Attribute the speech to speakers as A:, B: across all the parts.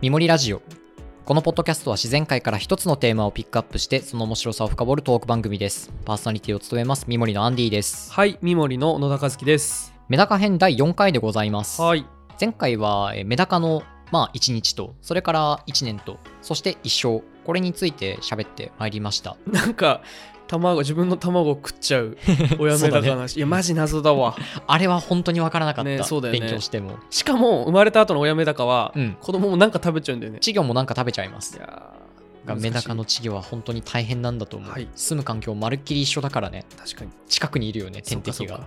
A: みもりラジオこのポッドキャストは自然界から一つのテーマをピックアップしてその面白さを深掘るトーク番組ですパーソナリティを務めますみもりのアンディです
B: はい、三森の野田和樹です。
A: メダカ編第4回でございます
B: はい、
A: 前回はえーメダカのまあ1日とそれから1年とそして一生これについて喋ってまいりました
B: なんか卵自分の卵を食っち ゃう親目
A: そうだ
B: だ
A: ね
B: 話、いやマジ謎だわ。
A: あれは本当に分からなかった、
B: ねそうだよね
A: 勉強しても
B: しかも生まれた後の親目だかは、
A: うん
B: 子供もなんか食べちゃうんだよね。
A: 稚魚もなんか食べちゃいます
B: いやー
A: がメダカの稚魚は本当に大変なんだと思う、
B: はい
A: 住む環境まるっきり一緒だからね
B: 難しい確かに
A: 近くにいるよね天
B: そ
A: 敵
B: うかそ
A: が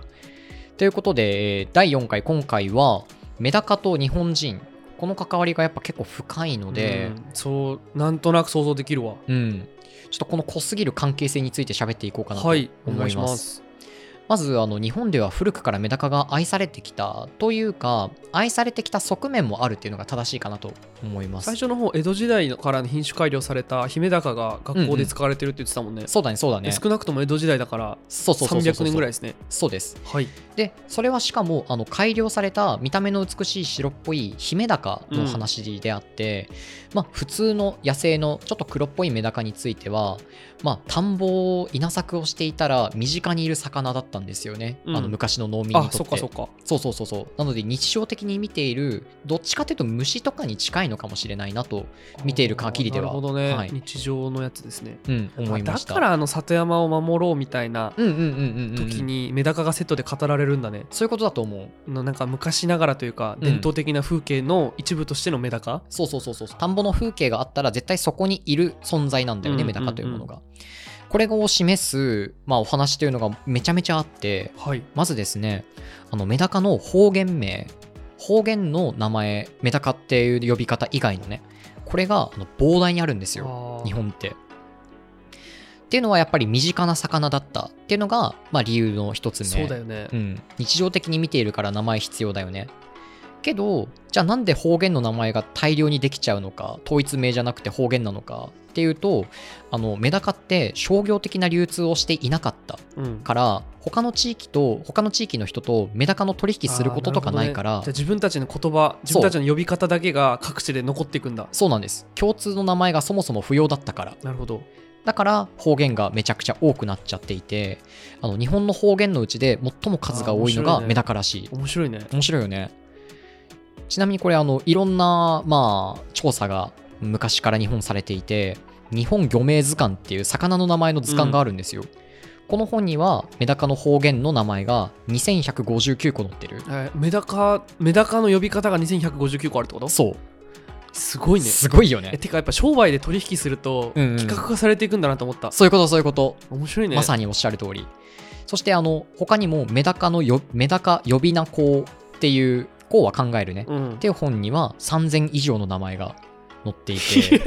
B: うか
A: ということでえー第4回今回はメダカと日本人この関わりがやっぱ結構深いので
B: うんそうなんとなく想像できるわ。
A: うん、ちょっとこの濃すぎる関係性について喋っていこうかなと
B: はい、お
A: 思
B: 願い
A: い
B: し
A: ま
B: ますす。
A: まずあの日本では古くからメダカが愛されてきたというか愛されてきた側面もあるっていうのが正しいかなと思います
B: 最初の方江戸時代から品種改良されたヒメダカが学校で使われてるって言ってたもんね。
A: そうだねそうだね
B: で少なくとも江戸時代だから
A: そうそうそうそう
B: 300年ぐら
A: い
B: いですね。
A: そうです
B: はい。
A: でそれはしかもあの改良された見た目の美しい白っぽいヒメダカの話であって、まあ、普通の野生のちょっと黒っぽいメダカについては、まあ、田んぼを稲作をしていたら身近にいる魚だったんですよね、
B: うん
A: あの昔の農民にとっ
B: あ
A: て
B: そっかそっか。
A: そうそうそうそうなので日常的に見ているどっちかというと虫とかに近いのかもしれないなと、見ている限りでは
B: なるほどね、
A: はい
B: 日常のやつですね。
A: うん、思いました
B: だからあの里山を守ろうみたいな
A: うんうんうんうん、うん、
B: 時にメダカがセットで語られるんだね、
A: そういうことだと思う
B: のなんか昔ながらというか
A: うん
B: 伝統的な風景の一部としてのメダカ、
A: そうそうそうそう田んぼの風景があったら絶対そこにいる存在なんだよね、
B: うん
A: メダカというものが。これを示す、まあ、お話というのがめちゃめちゃあって
B: はい
A: まずですねあのメダカの方言名方言の名前メダカっていう呼び方以外のねこれがあの膨大にあるんですよ
B: あー
A: 日本って。っていうのはやっぱり身近な魚だったっていうのが、まあ、理由の一つ目。
B: そうだよね、
A: うん、日常的に見ているから名前必要だよねけどじゃあなんで方言の名前が大量にできちゃうのか統一名じゃなくて方言なのかっていうとあのメダカって商業的な流通をしていなかった
B: うん
A: から他の地域と他の地域の人とメダカの取引することとかないか
B: あ
A: ら、
B: ーなるほどねじゃあ自分たちの言葉自分たちの呼び方だけが各地で残っていくんだ
A: そうなんです共通の名前がそもそも不要だったから
B: なるほど
A: だから方言がめちゃくちゃ多くなっちゃっていてあの日本の方言のうちで最も数が多いの
B: あー面白
A: が
B: いね
A: メダカらしい
B: 面白いね
A: 面白いよねちなみにこれあのいろんなまあ調査が昔から日本されていて日本魚名図鑑っていう魚の名前の図鑑があるんですよ、この本にはメダカの方言の名前が2159個載ってる
B: えーメダカメダカの呼び方が2159個あるってこと
A: そ
B: すご
A: う
B: いね
A: すごいよ
B: え
A: ね
B: てかやっぱ商売で取引すると
A: うんうん
B: 企画化されていくんだなと思った、
A: そういうことそういうこと、
B: 面白いね
A: まさにおっしゃる通りそしてあの他にもメダカのよメダカ呼び名項っていう項は考えるね、っ
B: うん
A: ていう本には3000以上の名前が載っていて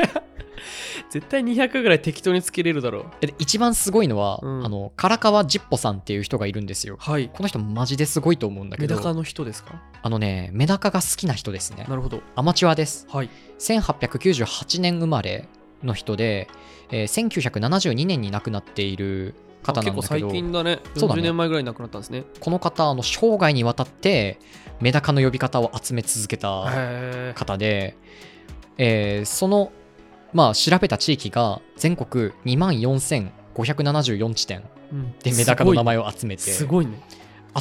B: 絶対200ぐらい適当につけれるだろう
A: で一番すごいのは、
B: うん
A: あの唐川ジッポさんっていう人がいるんですよ
B: はい
A: この人マジですごいと思うんだけ
B: メ
A: ど
B: ダカの人ですか
A: あのねメダカが好きな人ですね
B: なるほど
A: アマチュアです
B: はい
A: 1898年生まれの人で、えー1972年に亡くなっている方なんだ
B: 結構
A: け
B: 最
A: ど
B: 近だね
A: そうだね
B: 40年前ぐらいに亡くなったんですね
A: この方あの生涯にわたってメダカの呼び方を集め続けた
B: へえ
A: 方で、えーその、まあ、調べた地域が全国2万4574地点
B: うん
A: でメダカの名前を集めて
B: すごいね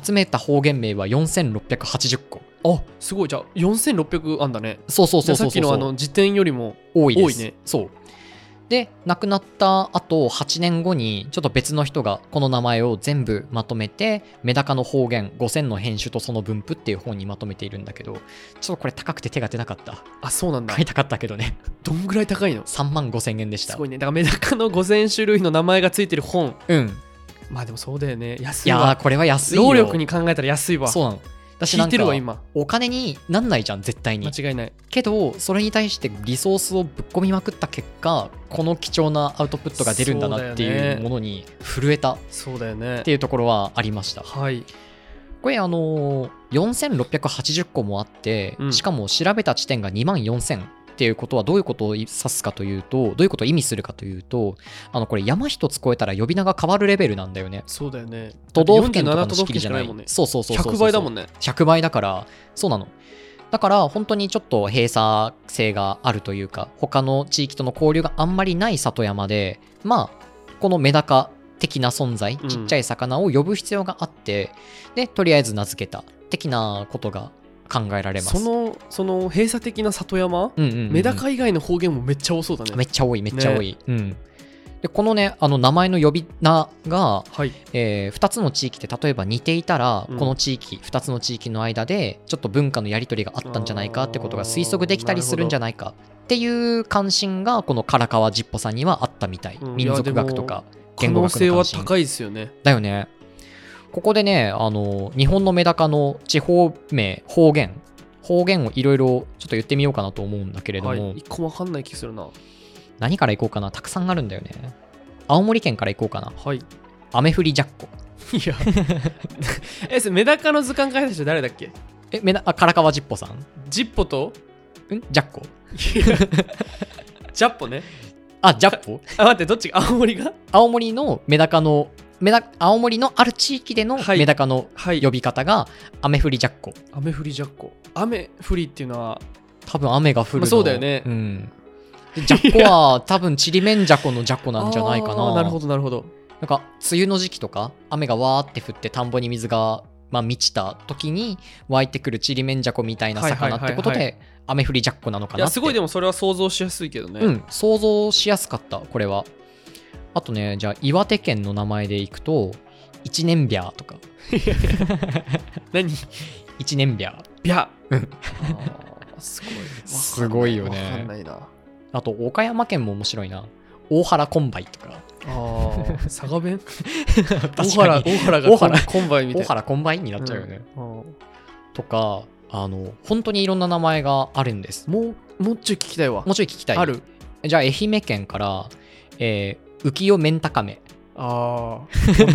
A: 集めた方言名は4680個
B: あすごいじゃあ4600あんだね
A: そうそう
B: じ
A: そ
B: ゃ
A: う
B: あさ
A: そう
B: っきのあの辞典よりも
A: 多いです
B: 多いね
A: そうで亡くなった後8年後にちょっと別の人がこの名前を全部まとめてメダカの方言5000の編集とその分布っていう本にまとめているんだけどちょっとこれ高くて手が出なかった
B: あそうなんだ
A: 買いたかったけどね
B: どんぐらい高いの
A: 3万5000円でし
B: す
A: た
B: ごいねだからメダカの5000種類の名前がついてる本
A: うん
B: まあでもそうだよね安
A: い
B: い
A: やー
B: わ
A: これは安いよ
B: 労力に考えたら安いわ
A: そうなの私な
B: 聞
A: ん
B: いてるわ
A: か
B: 今
A: お金になんないじゃん絶対に
B: 間違いない
A: けどそれに対してリソースをぶっ込みまくった結果この貴重なアウトプットが出るんだなって
B: そうだ
A: い
B: よ
A: う
B: ね
A: ものに震えたっ
B: そうだよね
A: ていうところはありました
B: はい
A: これあのー4680個もあって、
B: うん
A: しかも調べた地点が2万4000っていうことはどういうことを指すかというとどういうことを意味するかというとあのこれ山一つ越えたら呼び名が変わるレベルなんだよね
B: そうだよね
A: 都道府県とかの
B: 47都道
A: 仕
B: 府
A: 切りじ
B: 県し
A: ゃ
B: か
A: ない
B: もんね
A: そうそうそうそうそう
B: 100倍だもんね
A: 100倍だからそうなのだから本当にちょっと閉鎖性があるというか他の地域との交流があんまりない里山でまあこのメダカ的な存在
B: うん
A: ちっちゃい魚を呼ぶ必要があって、でとりあえず名付けた的なことが考えられます
B: そのその閉鎖的な里山、
A: うんうんうん
B: メダカ以外の方言もめっちゃ多そうだね
A: めっちゃ多いめっちゃ多い、うんでこのねあの名前の呼び名が、
B: はい
A: え2つの地域で例えば似ていたら、
B: うん
A: この地域2つの地域の間でちょっと文化のやり取りがあったんじゃないかってことが推測できたりするんじゃないかっていう関心がこの唐川ジッポさんにはあったみたい、
B: うん
A: 民族学とか
B: 可能性は高いですよね
A: だよねここでねあの日本のメダカの地方名方言方言をいろいろちょっと言ってみようかなと思うんだけれども、
B: はい一個もわかんない気するな
A: 何から行こうかなたくさんあるんだよね青森県から行こうかな
B: はいい
A: 雨降りジャッコ
B: やえそれメダカの図鑑書いた人誰だっけ
A: えめなあ唐川ジッポさん
B: ジッポと
A: んジャッコ
B: いやジャッポね
A: あジャッポ
B: あ待ってどっちが青森が
A: 青森のメダカのメダ青森のある地域での
B: はい
A: メダカの
B: はい
A: 呼び方が雨降りジャッコ
B: 雨降りジャッコ雨降りっていうのは
A: 多分雨が降るの、
B: まあそうだよね
A: うんでジャッコは多分ちりめんじゃこのジャッコなんじゃないか
B: あ
A: な
B: ーなるほどなるほど
A: なんか梅雨の時期とか雨がわーって降って田んぼに水が、まあ、満ちた時に湧いてくるちりめんじゃこみたいな魚ってこと
B: はいはいはい
A: で雨降りじゃっこなのか
B: い
A: なっ
B: や
A: て
B: すごいでもそれは想像しやすいけどね、
A: うん想像しやすかったこれはあとねじゃあ岩手県の名前でいくと一年ビャーとか
B: 何
A: 一年ビャー
B: ビャ
A: うん
B: あーすごいわかんない
A: すごいよね
B: わかんないな
A: あと岡山県も面白いな大原コンバイとか
B: あー佐賀弁 大
A: 確か
B: 原
A: に
B: 大原
A: 大
B: がコン
A: 原
B: コンバイみたい
A: 大
B: な
A: 原コンバイになっちゃうよね、
B: うん
A: とかあの本当にいろんな名前があるんです
B: もうもうちょい聞きたいわ
A: もうちょい聞きたい
B: ある
A: じゃあ愛媛県から、えー浮世面高め
B: あーもう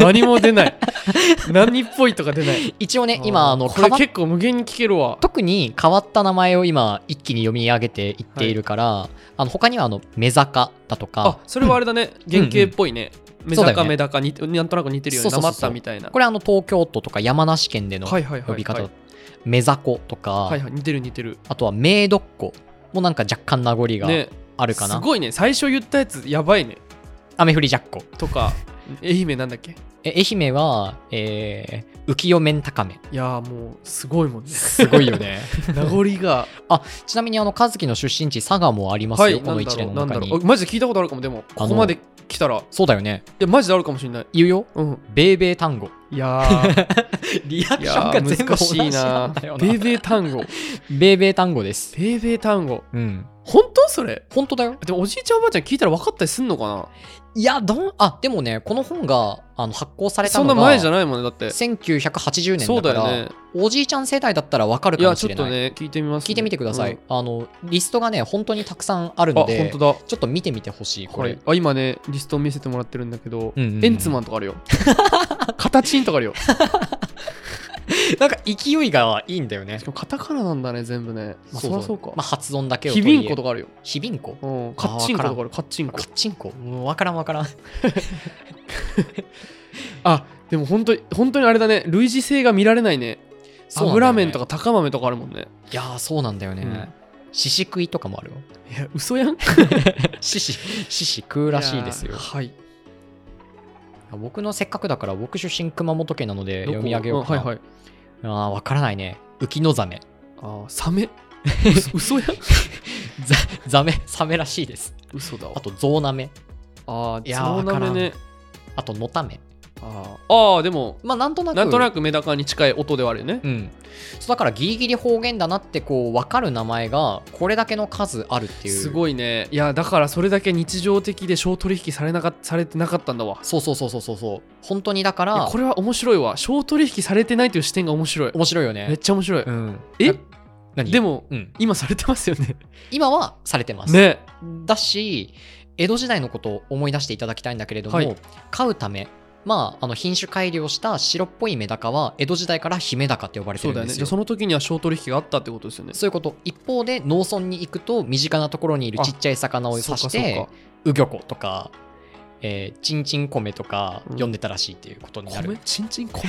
B: 何も出ない 何っぽいとか出ない
A: 一応ね今あの
B: これ
A: 変わっ
B: 結構無限に聞けるわ
A: 特に変わった名前を今一気に読み上げていっているから、あの他にはあのメザカだと
B: あ
A: か
B: それはあれだね原型っぽいねメ
A: そうだ
B: ダ
A: よ
B: カ
A: ね
B: メダカになんとなく似てるよ
A: そう
B: ね
A: そう
B: な
A: そ
B: ま
A: う
B: ったみたいな
A: これあの東京都とか山梨県での
B: はいはいはい
A: 呼び方、
B: はい
A: メザコとか、
B: はいはい似てる似てる
A: あとはメイドッコもなんか若干名残が
B: ね
A: あるかな、
B: すごいね最初言ったやつやばいね
A: 雨降りジャッコ
B: とか愛媛なんだっけ
A: え愛媛は、えー浮世面高め
B: いやーもうすごいもんね
A: すごいよね
B: 名残が
A: ちなみにあの和樹の出身地佐賀もありますよ、この一連の
B: なん
A: 中
B: だろうなんだろ
A: に
B: うあマジで聞いたことあるかもでもここまで来たらい
A: そうだよね
B: やマジであるかもしれない
A: 言うよ
B: うん
A: ベーベー単語
B: いや ー
A: リア
B: い
A: クション
B: や
A: が
B: ー
A: 全部同
B: 難し
A: じ
B: い
A: な
B: なん
A: だよ
B: ベ
A: な
B: ーベー単語
A: ベーベー単語です
B: ベーベー単語
A: うん
B: 本当それ
A: 本当だよ
B: でもおじいちゃんおばあちゃん聞いたら分かったりすんのか
A: いやどんあでもねこの本があの発行さ
B: な
A: れた
B: そん
A: の
B: な前じゃ
A: が
B: ないもんねだって
A: 1980
B: そ
A: 年
B: う
A: だ
B: だ
A: から
B: よね
A: おじいちゃん世代だったらわかる
B: い
A: かも
B: や
A: し
B: ちょ
A: れ
B: っ
A: ない
B: とね聞いてみますね
A: 聞いてみてください、
B: うん
A: あのリストがね本当にたくさんある
B: あ
A: の
B: 本
A: で
B: 当だ
A: ちょっと見てみてほしいこ
B: こ
A: れ、
B: れあ今ねリスト見せてもらってるんだけど
A: うんうんうん
B: エンツマンとかあるよカタチンとかあるよし
A: なんか勢いがいいんだよね
B: かもカタカナなんだね全部ねまあそりゃそうか
A: まあ、発音だけを
B: ヒビンコと
A: か
B: かあるよ
A: ひびんこ
B: うんカッチンコとかあるカッチンコ
A: カッチンコうんわからんわからん
B: あでも本当に本当にあれだね類似性が見られないね油麺と
A: か
B: か高豆とかあるもんね
A: いやーそうなんだよね、
B: うん
A: シシ食いとかもあるよ
B: いや嘘やん
A: シシシシ食うらしいですよ
B: やはい
A: 僕のせっかくだから僕出身熊本県なので
B: どこ
A: 読み上げようかな、
B: んはいはい
A: あーわからないね浮野ザメ
B: あーサ メ嘘嘘やん
A: ザザメサメらしいです
B: 嘘だわ
A: あとゾウナメ
B: あ
A: い
B: ー
A: や
B: ゾウナメね
A: あとノタメ
B: あーあーでも
A: まあなんとなく
B: なんとな
A: く
B: くメダカに近い音ではあるよね
A: うんそうだからギリギリ方言だなってこう分かる名前がこれだけの数あるっていう
B: すごいねいやだからそれだけ日常的で商取引されなかされてなかったんだわ
A: そうそうそうそうそうそう本当にだか
B: いや
A: ら
B: これは面白いわ商取引されてないという視点が面白い
A: 面白いよ
B: めっ
A: ね
B: ちゃ面白い
A: うん
B: え
A: な何
B: でも
A: うん、
B: 今されてますよね
A: 今はされてます、
B: ね
A: だし江戸時代のことを思い出していただきたいんだけれども、
B: はい
A: 飼うためまあ、あの品種改良した白っぽいメダカは江戸時代からヒメダカって呼ばれて
B: そう
A: るん
B: だよ
A: で
B: ね
A: す
B: じ
A: よ
B: ゃあその時には商取引があったってことですよね
A: そういうこと一方で農村に行くと身近なところにいるちっちゃい魚を
B: そ
A: 刺
B: うかそ
A: し
B: うか
A: てウギョコとか、えーチンチン米とか
B: うん
A: 呼んでたらしいっていうことになる、
B: 米ちんちん米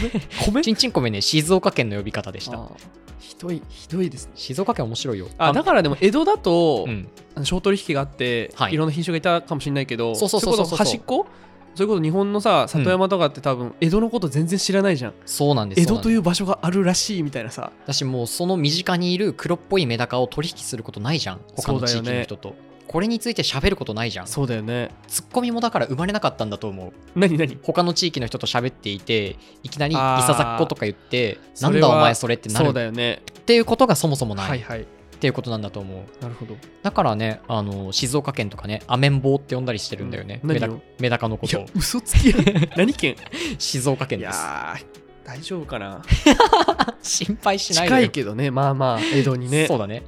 B: 米
A: チンチン米ね静岡県の呼び方でした
B: あーひどいひどいですね
A: 静岡県面白いよ
B: あだからでも江戸だと、
A: うん、
B: あの商取引があって、
A: はい
B: い、ろんな品種がいたかもしれないけど
A: そうそうそうそう
B: れこ端っこそれこそ日本のさ里山とかって多分江戸のこと全然知らないじゃん、
A: そうなんです
B: 江戸というう場所があるらしいみたいなさ
A: だしもうその身近にいる黒っぽいメダカを取引することないじゃん他の地
B: そ
A: 域
B: うだよ
A: の
B: ね
A: 人と、これについて喋ることないじゃん
B: そうだよね
A: ツッコミもだから生まれなかったんだと思う
B: 何何
A: 他の地域の人と喋っていていきなり「い
B: あー
A: さざっこ」とか言って「な
B: そ
A: ん
B: れ
A: だ
B: は
A: お前それ」ってな
B: そう
A: る
B: だよね
A: っていうことがそもそもな
B: はいい
A: っ
B: はい
A: ていうことなんだと思う
B: なるほどい
A: だからねあの静岡県とかねアメンボウって呼んだりしてるんだよね、
B: うん
A: メダ
B: 何を
A: メダカのこと
B: や
A: を
B: 嘘つき 何県
A: 静岡県
B: い
A: で
B: や
A: す
B: ー大丈夫かな
A: 心配しない
B: 近
A: で
B: い
A: よ
B: けどねまあまあ江戸にね
A: そうだね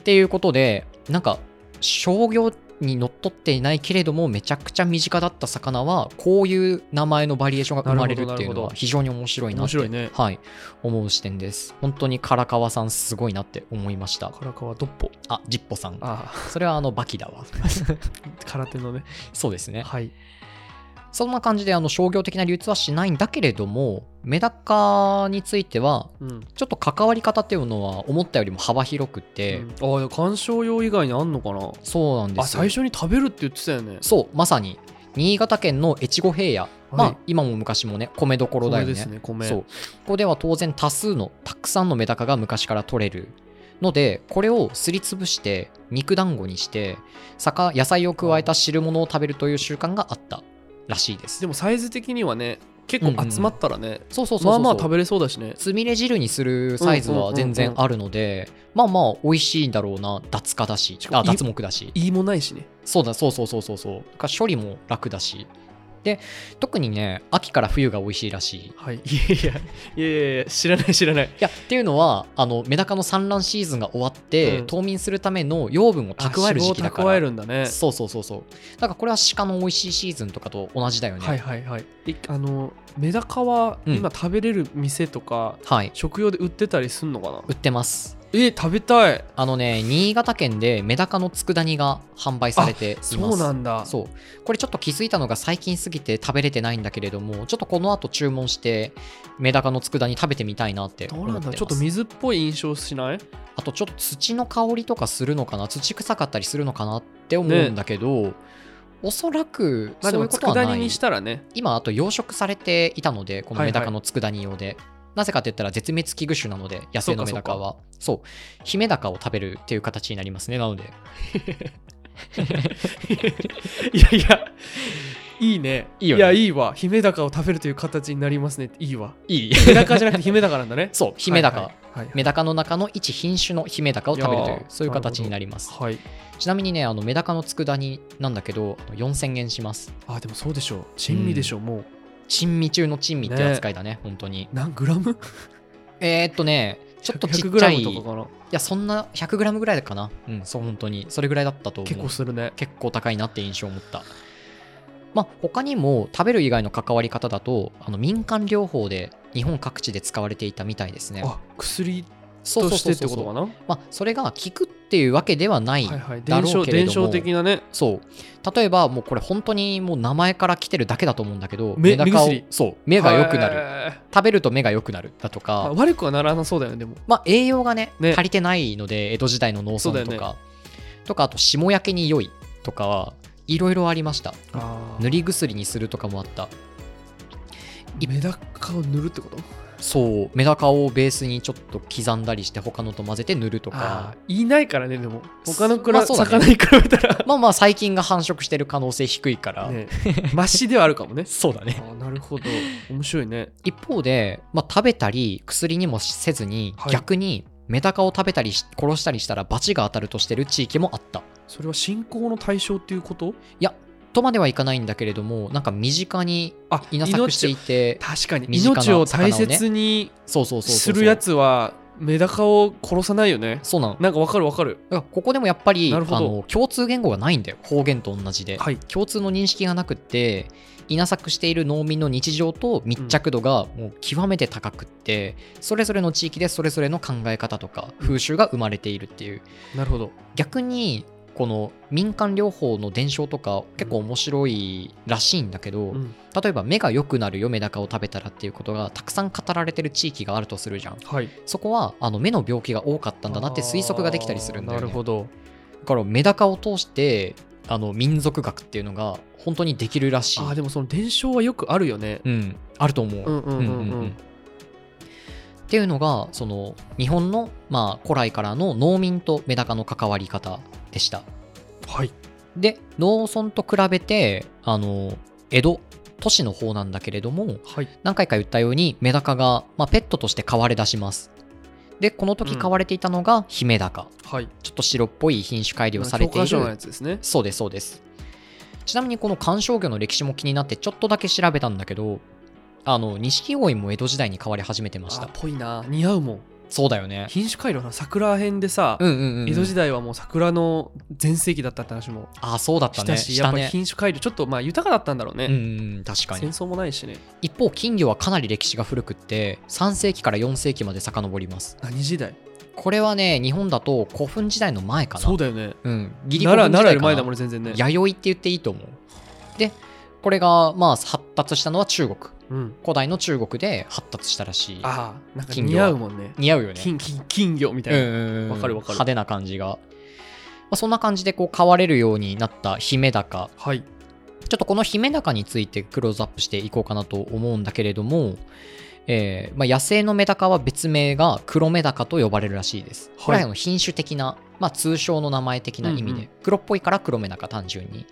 A: っていうことでなんか商業にのっとっていないけれどもめちゃくちゃ身近だった魚はこういう名前のバリエーションが生まれるっていう
B: なるほどなる
A: の
B: ほ
A: は
B: ど
A: 非常に面白いなって
B: 面白いね
A: はい、思う視点です本当に唐川さんすごいなって思いました
B: 唐川どっぽ
A: あジッポさん
B: あ
A: それはあのバキだわ
B: あ 空手のね
A: そうですね
B: はい
A: そんな感じであの商業的な流通はしないんだけれどもメダカについては
B: うん、
A: ちょっと関わり方っていうのは思ったよりも幅広くて、
B: うんああでも鑑賞用以外にあんのかな
A: そうなんですよ
B: あ最初に食べるって言ってたよね
A: そうまさに新潟県の越後平野、ま
B: は
A: あ
B: い
A: 今も昔もね米どころだよ
B: 米
A: ね
B: ですね米
A: そうここでは当然多数のたくさんのメダカが昔から取れるのでこれをすりつぶして肉団子にして魚野菜を加えた汁物を食べるという習慣があったらしいです
B: でもサイズ的にはね結構集まったらね、
A: そうそうそうそう
B: まあまあ食べれそうだしね
A: つみれ汁にするサイズは全然あるので、まあまあ美味しいんだろうな脱化だし
B: しかも
A: あ脱木だし
B: いいもないしね
A: そうだそうそうそうそうそうだから処理も楽だしで特にね秋から冬が美味しいらしいい
B: はいいやいやいやいや知らない知らない
A: やっていうのはあのメダカの産卵シーズンが終わって、
B: うん
A: 冬眠するための養分を蓄える時期だか
B: あ脂肪を蓄
A: ら
B: えるんだね
A: そうそうそうそうだからこれは鹿の美味しいシーズンとかと同じだよね
B: はいはいはいいあのメダカは
A: うん
B: 今食べれる店とか、
A: はい
B: 食用で売ってたりすんのかな
A: 売ってます
B: え食べたい
A: あのね新潟県でメダカの佃煮が販売されています
B: そうなんだ
A: そうこれちょっと気づいたのが最近すぎて食べれてないんだけれどもちょっとこの後注文してメダカの佃煮食べてみたいなって
B: ど
A: 思
B: う
A: って
B: な
A: ます
B: んだちょっと水っぽい印象しない
A: あとちょっと土の香りとかするのかな土臭かったりするのかなって思うんだけど、おそらく
B: ま
A: そ
B: あで
A: ういう
B: も
A: ことはな
B: 佃
A: い、
B: 煮にしたらね
A: 今あと養殖されていたのでこの
B: は
A: メ
B: いはい
A: ダカの佃煮用で、なぜかって言ったら絶滅危惧種なので野生のメダカはそうヒメダカを食べるっていう形になりますねなので
B: いやいや、いいね。
A: いいよね
B: や、いいわ。ヒメダカを食べるという形になりますね。いいわ。
A: いい。
B: ヒメダカじゃなくてヒメダカなんだね
A: そうヒメダカ、
B: はいはい。はい
A: メダカの中の一品種のヒメダカを食べるとい
B: いうやー
A: そういう形になります
B: はい。
A: ちなみにねあのメダカの佃煮なんだけどあの4000円します
B: あ、でもそうでしょう。珍味でしょう。もう、
A: 珍味中の珍味って扱いだね本当に
B: 何グラム
A: えー、っとねちょっとち
B: ?100
A: っ
B: グ
A: ちゃ
B: ラ
A: い
B: ム
A: い
B: とかかな。
A: やそんな 100g ぐらいかなうんそう本当にそれぐらいだったと思う
B: 結構するね。
A: 結構高いなって印象を持ったまあ他にも食べる以外の関わり方だとあの民間療法で日本各地で使われていたみたいですね
B: あ、薬
A: そうそ
B: と
A: う
B: し
A: そ
B: て
A: う
B: ってこと
A: そ
B: か
A: う
B: な。は
A: まあそれが効くっていうわけではない
B: いはい。
A: だ
B: 伝
A: ろう
B: 承、
A: けれ
B: 伝
A: ども
B: 承的なね。
A: そう例えばもうこれ本当にもう名前から来てるだけだと思うんだけど
B: 目
A: メダカを
B: 目薬
A: そう目が良くなる
B: る。
A: 食べると目が良くなるだと
B: あ
A: か
B: 悪くはならなそうだよね、でも。
A: まあ栄養がね
B: ね
A: 足りてないので江戸時代の農
B: そうだ
A: 村
B: よ
A: と
B: ね
A: か、とかあと霜焼けに良いとかいろいろありました
B: あ
A: 塗り薬にするとかもあった
B: メダカを塗るってこと
A: そうメダカをベースにちょっと刻んだりして他のと混ぜて塗ると
B: あ
A: か
B: ーいないからね、でも。他のく
A: まあ
B: ら、
A: そうだね
B: 魚に比べたら。
A: まあまあ細菌が繁殖してる可能性低いから、。
B: ね、マシではあるかもね
A: そうだね
B: あーなるほど。面白いね。
A: 一方で、まあ、食べたり薬にもせずに、
B: はい
A: 逆にメダカを食べたりし殺したりしたら罰が当たるとしてる地域もあった
B: それは信仰の対象っていうこと
A: とまではいかないんだけれどもなんか身近に
B: あ
A: 稲作してい
B: を
A: て
B: 確かに
A: 身近な
B: 命を大切に
A: そうそうそうそ
B: す
A: う
B: るやつはメダカを殺さないよね。
A: そうなのだか
B: なんかわかるわかる。
A: らここでもやっぱりあ
B: なるほど
A: の共通言語がないんだよ方言と同じで、
B: はい。
A: 共通の認識がなくって稲作している農民の日常と密着度がもう極めて高くって、それぞれの地域でそれぞれの考え方とか風習が生まれているっていう
B: なるほど。
A: 逆にこの民間療法の伝承とか結構面白いらしいんだけど、
B: うん
A: 例えば目が良くなるよメダカを食べたらっていうことがたくさん語られてる地域があるとするじゃん
B: はい
A: そこはあの目の病気が多かったんだなって推測ができたりするんだよ、ね、
B: あーなるほど
A: だからメダカを通してあの民族学っていうのが本当にできるらしい
B: あーでもその伝承はよくあるよね
A: うん、あると思う。
B: うんうんうんうん
A: っていうのがその日本の、まあ、古来からの農民とメダカの関わり方でした。
B: はい
A: で農村と比べてあの江戸都市の方なんだけれども
B: はい
A: 何回か言ったようにメダカが、まあ、ペットとして飼われ出します。でこの時飼われていたのがヒメダカ、
B: はい
A: ちょっと白っぽい品種改良されてい
B: 教科書の
A: る
B: やつですね
A: そうですそうですちなみにこの観賞魚の歴史も気になってちょっとだけ調べたんだけどあの錦鯉も江戸時代に変わり始めてました
B: あーぽいな似合うもん
A: そうだよね
B: 品種改良の桜編でさ、
A: うんうんうん
B: 江戸時代はもう桜の全盛期だったって話も
A: あそうだった
B: し
A: ね
B: たし、やっぱ
A: ね
B: 品種改良ちょっとまあ豊かだったんだろうね、
A: うんうんうん確か
B: 戦
A: に
B: 争もないしね
A: 一方金魚はかなり歴史が古くって3世紀から4世紀まで遡ります
B: 何時代
A: これはね日本だと古墳時代の前かな
B: そうだよね
A: うんギリ古
B: 奈良
A: 墳時代
B: 奈良より
A: か
B: 前
A: な
B: だもんね全然ね
A: 弥生って言っていいと思うでこれがまあ発達したのは中国
B: うん、
A: 古代の中国で発達したらしい
B: ああなんか
A: 金魚
B: 似合うもんね
A: 似合うよね
B: 金金金魚みたいな、わかるわかる
A: 派手な感じが、まあ、そんな感じでこう飼われるようになったヒメダカ
B: はい
A: ちょっとこのヒメダカについてクローズアップしていこうかなと思うんだけれども、えーまあ、野生のメダカは別名が黒メダカと呼ばれるらしいです、
B: はい
A: これはあの品種的な、まあ、通称の名前的な意味で、
B: うんうん
A: 黒っぽいから黒メダカ単純に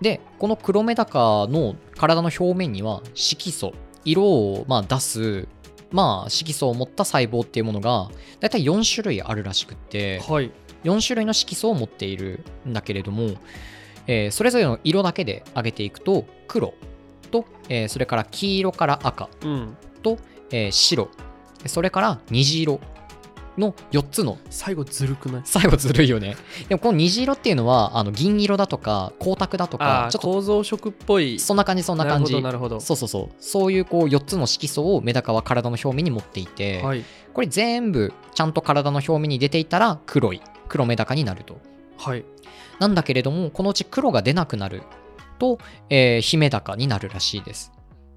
A: でこの黒メダカの体の表面には色素色をまあ出すまあ色素を持った細胞っていうものがだいたい4種類あるらしくって、
B: はい
A: 4種類の色素を持っているんだけれども、えーそれぞれの色だけで上げていくと黒と、えーそれから黄色から赤
B: うん
A: と、えー白それから虹色の4つの
B: 最後ずるくない
A: 最後ずるいよね でもこの虹色っていうのはあの銀色だとか光沢だと
B: あ
A: か
B: あ
A: ちょっと
B: 構造色っぽい
A: そんな感じそんな感じ
B: なるほどなるほ
A: そうそうそうそういうこう4つの色素をメダカは体の表面に持っていて、
B: どはい
A: これ全部ちゃんと体の表面に出ていたら黒い黒メダカになると
B: はい
A: なんだけれども、このうち黒が出なくなると、えー、ヒメダカになるらしいです。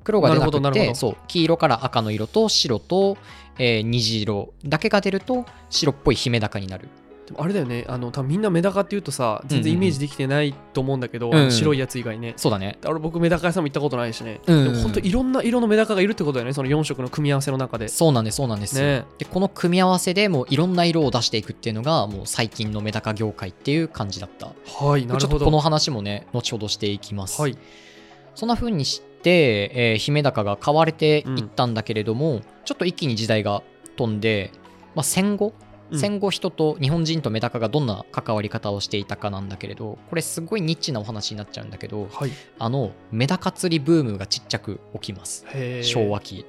A: 黒が出な
B: なるほど
A: く
B: なるほ
A: て、
B: ど
A: そう、黄色から赤の色と白と、えー虹色だけが出ると、白っぽいヒメダカになる。
B: でもあれだよねあの多分みんなメダカっていうとさ全然イメージできてないと思うんだけ
A: う
B: ど、
A: んうんうん
B: 白いやつ以外ね、
A: そうだね。
B: あれ僕メダカ屋さんも行ったことないしね、
A: うんうん
B: でも本当いろんな色のメダカがいるってことだよねその4色の組み合わせの中で
A: そうなんです、そうなんです。
B: ね
A: で、この組み合わせでもういろんな色を出していくっていうのが、もう最近のメダカ業界っていう感じだった。
B: はいな
A: ち
B: る
A: ょっと
B: ほど
A: この話もね、後ほどしていきます。
B: はい
A: そんな風にして、えー、姫高が買われていったんだけれども、ちょっと一気に時代が飛んで、まあ、戦後、
B: うん
A: 戦後人と日本人とメダカがどんな関わり方をしていたかなんだけれどこれすごいニッチなお話になっちゃうんだけど
B: はい
A: あのメダカ釣りブームがちっちゃく起きます
B: へー
A: 昭和期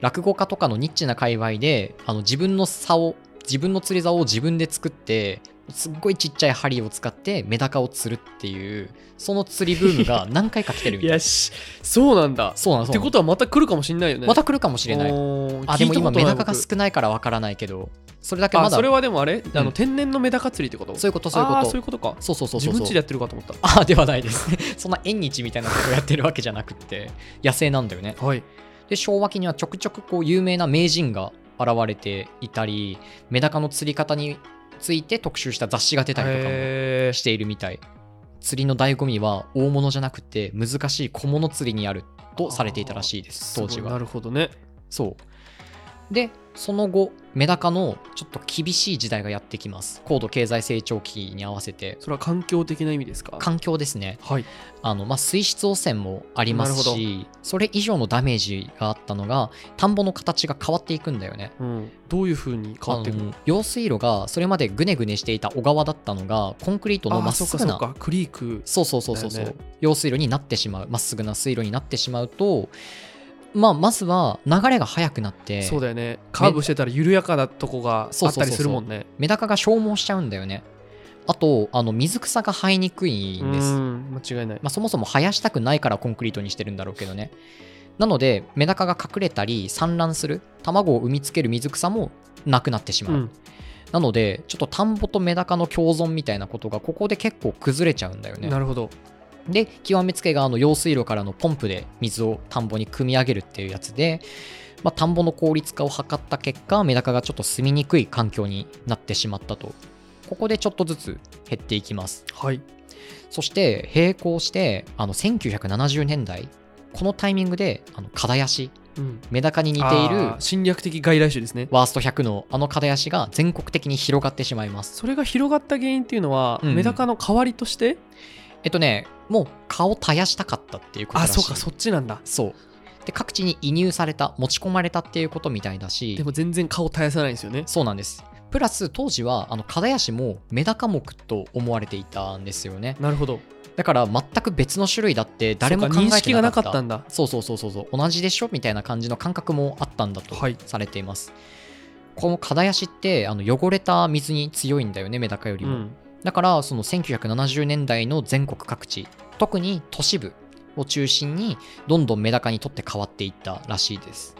A: 落語家とかのニッチな界隈であの自分の竿自分の釣り竿を自分で作ってすっごいちっちゃい針を使ってメダカを釣るっていうその釣りブームが何回か来てるみた
B: い
A: いな
B: やしそうなんだ
A: そうなの
B: っ
A: そう
B: て
A: なの
B: ことはまた来るかもしれないよね
A: また来るかもしれない。
B: おー
A: あ、でも
B: 聞いたこ
A: 今
B: とな
A: メ
B: い
A: ダカが
B: 僕
A: 少ないからわからないけど、それだけま
B: あ
A: だ。
B: それはでもあれ、あ
A: うん
B: の天然のメダカ釣りってこと
A: そういうことそういうこと
B: あーそういうことか
A: そうそうそう
B: 自
A: そう
B: 分
A: そう
B: 家でやってるかと思っ
A: あ、ではないです。 そんな縁日みたいなことをやってるわけじゃなくって、野生なんだよね。
B: たはい
A: で、昭和期にはちょくちょくこう有名な名人が現れていたり、メダカの釣り方について特集した雑誌が出たりとかも
B: へ
A: しているみたい。釣りの醍醐味は大物じゃなくて難しい小物釣りにあるとされていたらしいです、
B: ー
A: 当時
B: すごい
A: は
B: な。るほどね
A: そう。で、その後、メダカのちょっと厳しい時代がやってきます。高度経済成長期に合わせて。
B: それは環境的な意味ですか
A: 環境ですね。
B: はい
A: あの、まあ、水質汚染もあります
B: なる
A: し、それ以上のダメージがあったのが、田んぼの形が変わっていくんだよね。
B: うん、どういうふうに変わっていく
A: あ
B: の
A: の用水路がそれまでぐねぐねしていた小川だったのがコンクリートのま
B: あ
A: っ
B: そ
A: す
B: うか
A: ぐ
B: そう
A: な
B: かクリーク
A: そうそうそうそうそう、
B: だよね
A: 用水路になってしまうまっすぐな水路になってしまうと、まあ、まずは流れが速くなって
B: そうだよねカーブしてたら緩やかなとこが
A: そ
B: あ
A: う
B: っ
A: そうそうそう
B: たりするもんね
A: メダカが消耗しちゃうんだよねあとあの水草が生えにくいんです、ま
B: うん間違いない、
A: あ、そもそも生やしたくないからコンクリートにしてるんだろうけどねなのでメダカが隠れたり産卵する卵を産みつける水草もなくなってしまう、
B: うん、
A: なのでちょっと田んぼとメダカの共存みたいなことがここで結構崩れちゃうんだよね
B: なるほど
A: で極めつけがあの用水路からのポンプで水を田んぼに汲み上げるっていうやつで、まあ、田んぼの効率化を図った結果メダカがちょっと住みにくい環境になってしまったとここでちょっとずつ減っていきます
B: はい
A: そして並行してあの1970年代このタイミングであのカダヤシ
B: うん
A: メダカに似ている
B: あー侵略的外来種ですね
A: ワースト100のあのカダヤシが全国的に広がってしまいます
B: それが広がった原因っていうのは、
A: うんうん
B: メダカの代わりとして
A: えっとねもう蚊を絶やしたかったっていうこと
B: あ
A: らしい
B: そうかそっちなんだ
A: そうで各地に移入された持ち込まれたっていうことみたいだし
B: でも全然顔絶やさないんですよね
A: そうなんですプラス当時はあのカダヤシもメダカ目と思われていたんですよね
B: なるほど
A: だから全く別の種類だって誰も
B: そう
A: 考
B: か認
A: え
B: 識
A: て
B: が
A: な
B: な
A: か
B: か
A: っ
B: ったたんだ
A: そうそうそうそうそう同じでしょみたいな感じの感覚もあったんだと
B: はい
A: されています、このカダヤシってあの汚れた水に強いんだよねメダカより
B: う
A: も、
B: ん
A: だからその1970年代の全国各地特に都市部を中心にどんどんメダカにとって変わっていったらしいです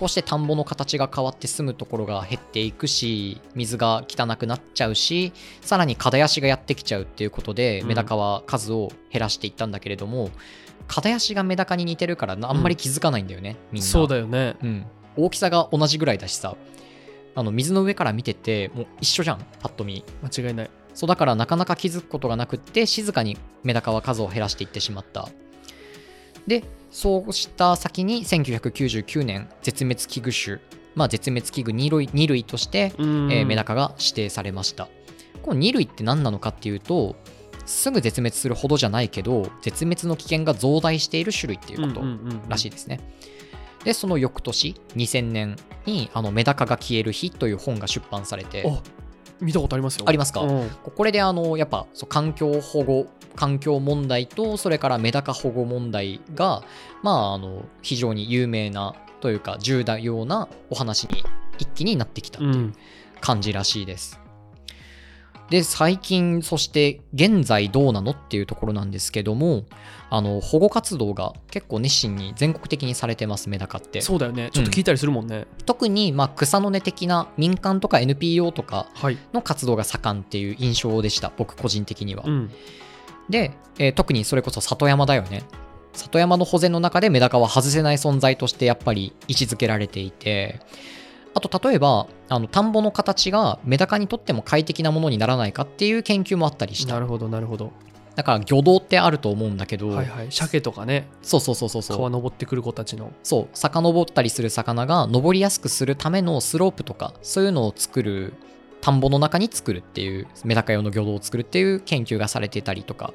A: こうして田んぼの形が変わって住むところが減っていくし水が汚くなっちゃうしさらにカダヤシがやってきちゃうっていうことで
B: うん
A: メダカは数を減らしていったんだけれども、カダヤシがメダカに似てるからあんまり気づかないんだよね、みんな
B: そうだよね
A: うん、大きさが同じぐらいだしさあの水の上から見ててもう一緒じゃんパッと見
B: 間違いない
A: そうだからなかなか気づくことがなくって静かにメダカは数を減らしていってしまったでそうした先に1999年絶滅危惧種、まあ、絶滅危惧2類 ,2 類として、
B: うん
A: えーメダカが指定されましたこの2類って何なのかっていうとすぐ絶滅するほどじゃないけど絶滅の危険が増大している種類っていうこと、
B: うんうんうんうん
A: らしいですね。で、その翌年、2000年に、あの、メダカが消える日という本が出版されて、
B: あ見たことありますよ
A: ありますか
B: うん
A: これで、あの、やっぱ、そう環境保護、環境問題と、それからメダカ保護問題が、まあ、あの、非常に有名な、というか、重要なお話に一気になってきた
B: うん
A: 感じらしいです。で、最近、そして現在どうなのっていうところなんですけども、あの、保護活動が結構熱心に全国的にされてます、メダカって。
B: そうだよねちょっと聞いたりするもんね、
A: 特にまあ草の根的な民間とか NPO とか
B: はい、
A: の活動が盛んっていう印象でした僕個人的には、
B: うん、
A: で、えー特にそれこそ里山だよね里山の保全の中でメダカは外せない存在としてやっぱり位置づけられていてあと例えばあの田んぼの形がメダカにとっても快適なものにならないかっていう研究もあったりし
B: な
A: た
B: るほどなるほど
A: だから魚道ってあると思うんだけど、
B: はいはい鮭とかね
A: そうそうそうそうそう
B: 川登ってくる子たちの
A: そう遡ったりする魚が登りやすくするためのスロープとかそういうのを作る田んぼの中に作るっていうメダカ用の魚道を作るっていう研究がされてたりとか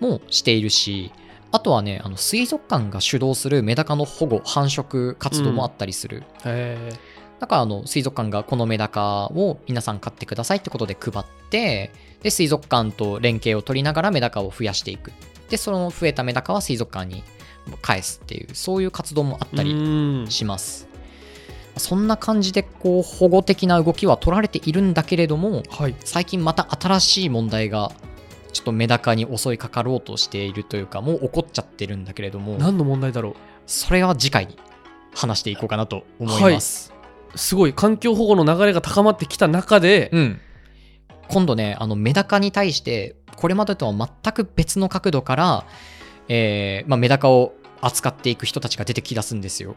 A: もしているしあとはねあの水族館が主導するメダカの保護繁殖活動もあったりする、
B: へ
A: だからあの水族館がこのメダカを皆さん買ってくださいってことで配ってで水族館と連携を取りながらメダカを増やしていくでその増えたメダカは水族館に返すっていうそういう活動もあっ
B: え
A: たり
B: うん
A: します。そんな感じでこう保護的な動きは取られているんだけれども
B: はい
A: 最近また新しい問題がちょっとメダカに襲いかかろうとしているというかもう起こっちゃってるんだけれども
B: 何の問題だろ
A: それは次回に話していこうかなと思います。
B: うすごい環境保護の流れが高まってきた中で、
A: うん、今度ねあのメダカに対してこれまでとは全く別の角度から、えーまあ、メダカを扱っていく人たちが出てきだすんですよ。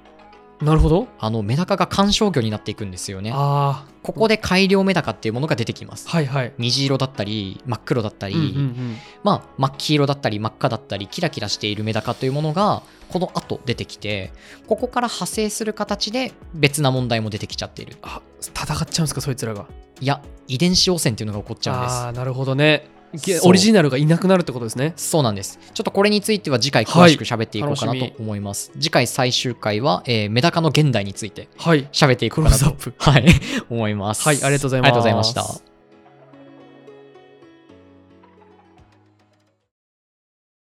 B: なるほど
A: あのメダカが観賞魚になっていくんですよね。
B: あ
A: ここで改良メダカっていうものが出てきます
B: あ。はいはい
A: 虹色だったり、真っ黒だったり、
B: うんうんうん
A: まあ、真っ黄色だったり、真っ赤だったり、キラキラしているメダカというものが、この後出てきて、ここから派生する形で別な問題も出てきちゃっている。
B: あ戦っちゃうんですかそいつらが
A: いや、遺伝子汚染っていうのが起こっちゃうんです。
B: ああなるほどねげ
A: そう
B: オリジナルがいなくなるってことですね
A: そうなんです。ちょっとこれについては次回詳しく喋っていこうかな
B: はい
A: と
B: 楽し
A: 思います。次回最終回は、えーメダカの現代について
B: はい
A: 喋っていこうかなと、はい、思います。
B: はいありがとうございます
A: ありがとうございました。